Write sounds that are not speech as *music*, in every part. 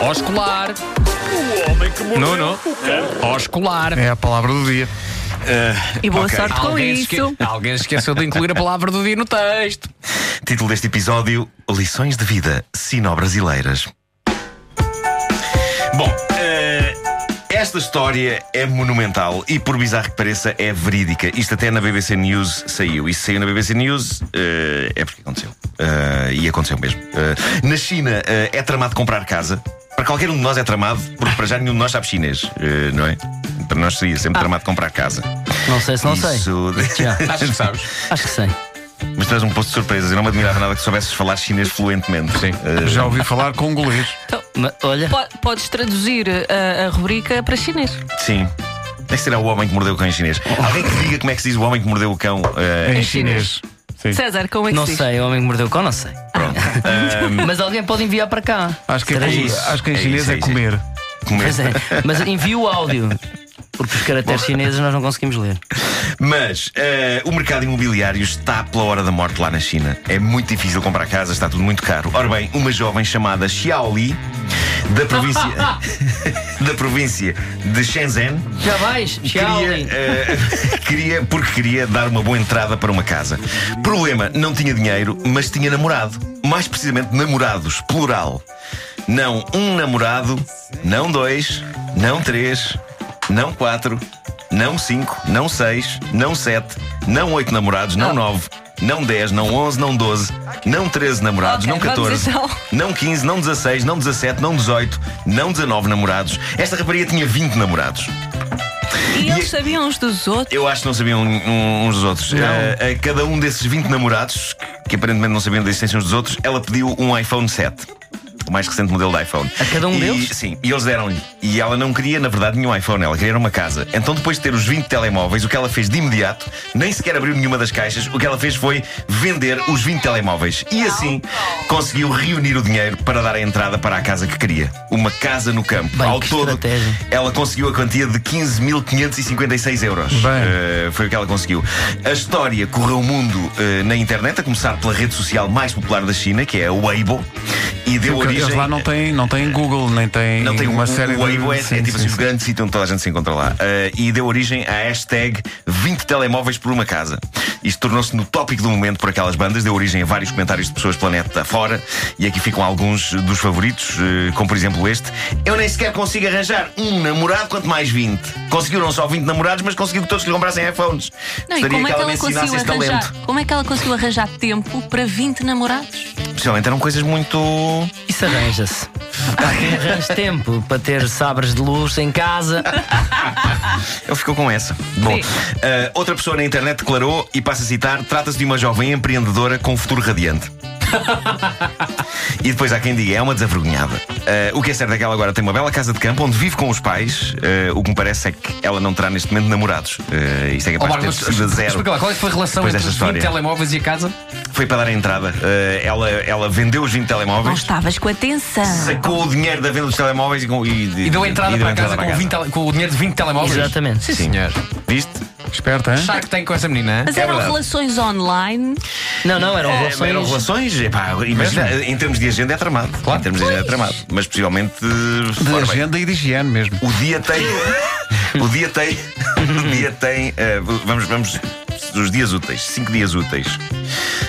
Ó escolar. O homem que mordeu Nuno. o cão. Ó escolar. É a palavra do dia. Ah, E boa Ok. sorte com Alguém, se esque- isso. Alguém se esqueceu de incluir a palavra do dia no texto. Título deste episódio: Lições de Vida Sino-Brasileiras. Bom, eh, esta história é monumental e, por bizarro que pareça, é verídica. Isto até na BBC News saiu. E se saiu na BBC News, eh, é porque aconteceu. Eh, e aconteceu mesmo. Eh, na China, eh, é tramado comprar casa. Para qualquer um de nós é tramado, porque para já nenhum de nós sabe chinês, eh, não é? Para nós seria sempre tramado comprar casa. Não sei se não sei. Isso... *laughs* Acho que sabes. Acho que sei. Mas tu és um posto de surpresas. Eu não me admirava nada que soubesses falar chinês fluentemente. Eh, Sim. Já ouvi falar congolês. Ma- olha, Po- Podes traduzir eh, a, a rubrica para chinês. sim. Tem que será o homem que mordeu o cão em chinês. Alguém que diga como é que se diz o homem que mordeu o cão eh, Em Em chinês. chinês. Sim. César, como é que não se diz? sei, o homem que mordeu o cão, não sei. *laughs* Pronto. Mas alguém pode enviar para cá. Acho que, é, Será com- isso. acho que em É chinês isso, é é isso. comer. Comer. Pois é, mas envie o áudio. Porque os caracteres chineses nós não conseguimos ler. Mas eh, o mercado imobiliário está pela hora da morte lá na China. É muito difícil comprar casa, está tudo muito caro. Ora bem, uma jovem chamada Xiaoli, da província, *laughs* da província de Shenzhen, Já vais? Tchau. queria, Lin. eh, *laughs* queria- porque queria dar uma boa entrada para uma casa. Problema, não tinha dinheiro, mas tinha namorado. Mais precisamente, namorados, plural. Não um namorado, não dois, não três, não quatro, não cinco, não seis, não sete, não oito namorados, não nove, não dez, não onze, não doze, não treze namorados, Ok, não vamos 14, então. não 15, não 16, não 17, não 18, não 19 namorados. Esta rapariga tinha 20 namorados. E eles sabiam uns dos outros. Eu acho que não sabiam um- uns dos outros. Eh, a cada um desses 20 namorados, que aparentemente não sabiam da existência uns dos outros, ela pediu um iPhone 7. O mais recente modelo do iPhone. A cada um E- deles? Sim, e eles deram-lhe. E ela não queria, na verdade, nenhum iPhone, ela queria era uma casa. Então, depois de ter os 20 telemóveis, o que ela fez de imediato, nem sequer abriu nenhuma das caixas, o que ela fez foi vender os 20 telemóveis. E assim conseguiu reunir o dinheiro para dar a entrada para a casa que queria. Uma casa no campo. Bem, Ao que todo, estratégia. ela conseguiu a quantia de 15.556 euros. Bem. Eh, foi o que ela conseguiu. A história correu o mundo eh, na internet, a começar pela rede social mais popular da China, que é a Weibo. E deu Porque origem. eles lá não têm, não têm Google, nem têm Não tem uma o, série o Weibo de. é, sim, é tipo sim, assim, o sim. grande sítio onde toda a gente se encontra lá. Eh, e deu origem à hashtag 20 telemóveis por uma casa. Isto tornou-se no tópico do momento por aquelas bandas, deu origem a vários comentários de pessoas planeta fora. E aqui ficam alguns dos favoritos, eh, como por exemplo este. Eu nem sequer consigo arranjar um namorado, quanto mais 20. Conseguiu não só 20 namorados, mas conseguiu que todos lhe comprassem iPhones. Não, e Gostaria como é que me ela ensinasse conseguiu esse arranjar? talento. Como é que ela conseguiu arranjar tempo para 20 namorados? Especialmente eram coisas *laughs* muito. Isso arranja-se. Há quem arranje tempo para ter sabres de luz *laughs* em casa. Ele ficou com essa. Bom, eh, outra pessoa na internet declarou, e passo a citar: trata-se de uma jovem empreendedora com um futuro *laughs* radiante. E depois há quem diga, é uma desavergonhada. Ah, o que é certo é que ela agora tem uma bela casa de campo onde vive com os pais. Ah, o que me parece é que ela não terá neste momento namorados. Ah, isto é Ó, capaz Marco, de ter sido a zero. explica lá, qual é que foi a relação Depois entre desta os 20 história. telemóveis e a casa? Foi para dar a entrada. Ah, ela, ela vendeu os 20 Não telemóveis, estavas com atenção. sacou o dinheiro da venda dos telemóveis e, com- E deu a entrada e deu para a casa, com, 20 tele- com o dinheiro de 20 telemóveis? Exatamente. Sim, senhor. Viste? Esperta, hein? Chá que tem com essa menina, hein? É Mas eram É verdade. relações online. Não, não, eram relações. É, Eram relações? Epá, imagina, em termos de agenda é tramado. Em termos de agenda é tramado. Mas possivelmente. eh, De ora bem, agenda e de higiene mesmo. O dia tem. o dia tem. O dia tem. eh, vamos, vamos. Os dias úteis, cinco dias úteis.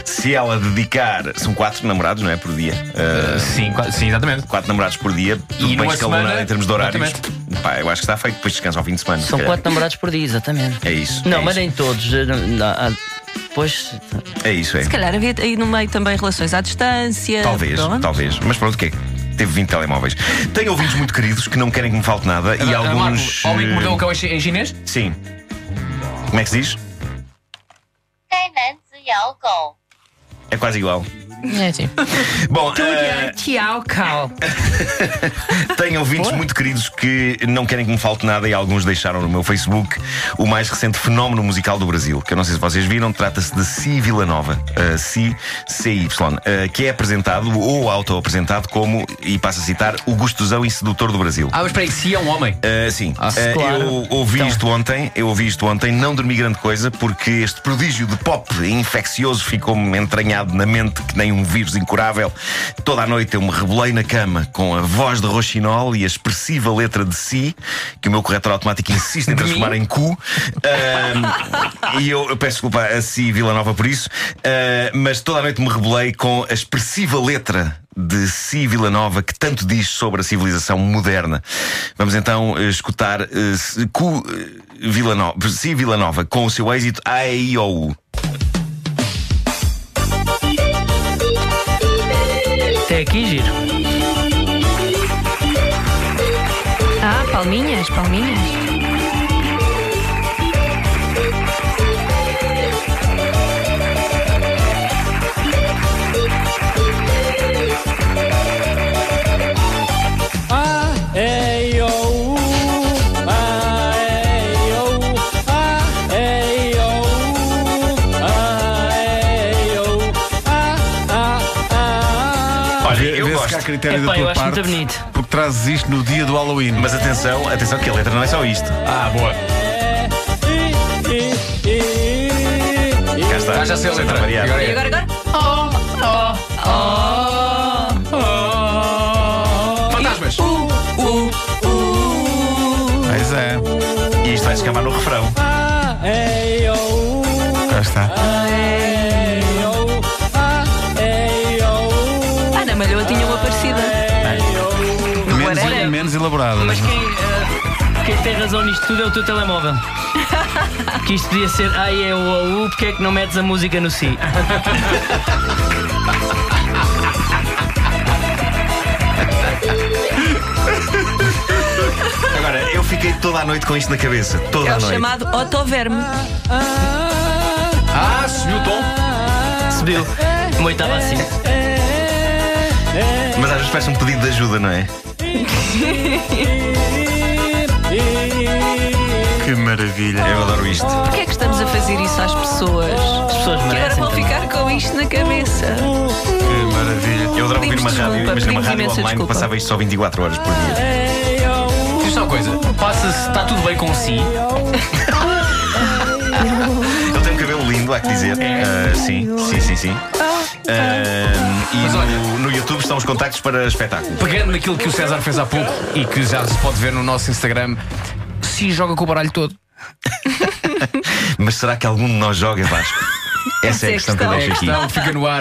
Se ela dedicar. São quatro namorados, não é? Por dia. Eh, Sim, qua- sim, exatamente. quatro namorados por dia. Tudo bem numa escalonado semana, em termos de horários. exatamente. Pá, eu acho que está feito. Depois descansa ao fim de semana. se São calhar. quatro namorados por dia, exatamente. É isso. Não, é mas isso. nem todos. eh, não, não, há- Pois. É isso, é. Se calhar havia aí no meio também relações à É, distância. Talvez, Pronto. talvez. Mas pronto, o quê? Teve 20 telemóveis. Tenho ouvintes muito queridos que não querem que me falte nada e Ah, alguns. Marco, homem que eh, mordeu o cão em chi- em chinês? Sim. Como é que se diz? 该男子咬狗。 É quase igual. É, *laughs* Bom, eh, Tchau, cal. tenho ouvintes muito queridos que não querem que me falte nada e alguns deixaram no meu Facebook o mais recente fenómeno musical do Brasil, que eu não sei se vocês viram, trata-se de Si Vila Nova, eh, Si, C-Y, eh, que é apresentado ou auto-apresentado como, e passo a citar, o gostosão e sedutor do Brasil. Ah, mas peraí, se é um homem. Uh, sim, Ah, Uh, claro. eu ouvi Então. isto ontem, eu ouvi isto ontem, não dormi grande coisa porque este prodígio de pop infeccioso ficou-me entranhado na mente que nem tem um vírus incurável. Toda a noite eu me rebolei na cama com a voz de Roxinol e a expressiva letra de si, que o meu corretor automático insiste em transformar em *laughs* cu. Ahm, e eu, eu peço desculpa a si, Vila Nova, por isso, ah, mas toda a noite me rebolei com a expressiva letra de Si Vila Nova que tanto diz sobre a civilização moderna. Vamos então eh, escutar eh, se- Cu eh, Vila Nova, Si Vila Nova com o seu êxito AIOU. Até aqui, giro. Ah, palminhas, palminhas. Olha, Vê, eu vê se gosto. há critério da Epá, tua eu acho parte. muito bonito. Porque trazes isto no dia do Halloween. Mas atenção, atenção que a letra não é só isto. Ah, boa. Cá está. Ah, já sei a letra. Para variar. Agora é. E agora, agora? Fantasmas. Pois é. E isto vai escamar no refrão. Cá está. Ah, na Malhoa tinha uma parecida. Menos, Guarera. menos elaborado. Mas quem, eh, quem tem razão nisto tudo é o teu *laughs* telemóvel. Que isto podia ser A, E, O, A, U, porque é que não metes a música no si? Agora, eu fiquei toda a noite com isto na cabeça. Toda É a o noite. chamado Otoverme. Ah, subiu o tom. Subiu. Uma oitava assim. Mas às vezes parece um pedido de ajuda, não é? Que maravilha. Eu adoro isto. Porquê é que estamos a fazer isso às pessoas? é As pessoas Que agora assim merecem. vão também. ficar com isto na cabeça. Que maravilha. Eu adoro ouvir Pedimos uma rádio, imagina desculpa, uma pedimos rádio imensa online que desculpa. passava isto só 24 horas por dia. Diz só uma coisa. Passa-se, está tudo bem com si. Ele tem um cabelo lindo, há que dizer. Ah, sim, sim, sim, sim. Ah, e Mas olha- no, no YouTube estão os contactos para espetáculo. Pegando naquilo que o César fez há pouco e que já se pode ver no nosso Instagram, se joga com o baralho todo. Mas será que algum de nós joga Vasco? Essa é a é a questão que eu questão. É deixo a aqui. questão, fica no ar.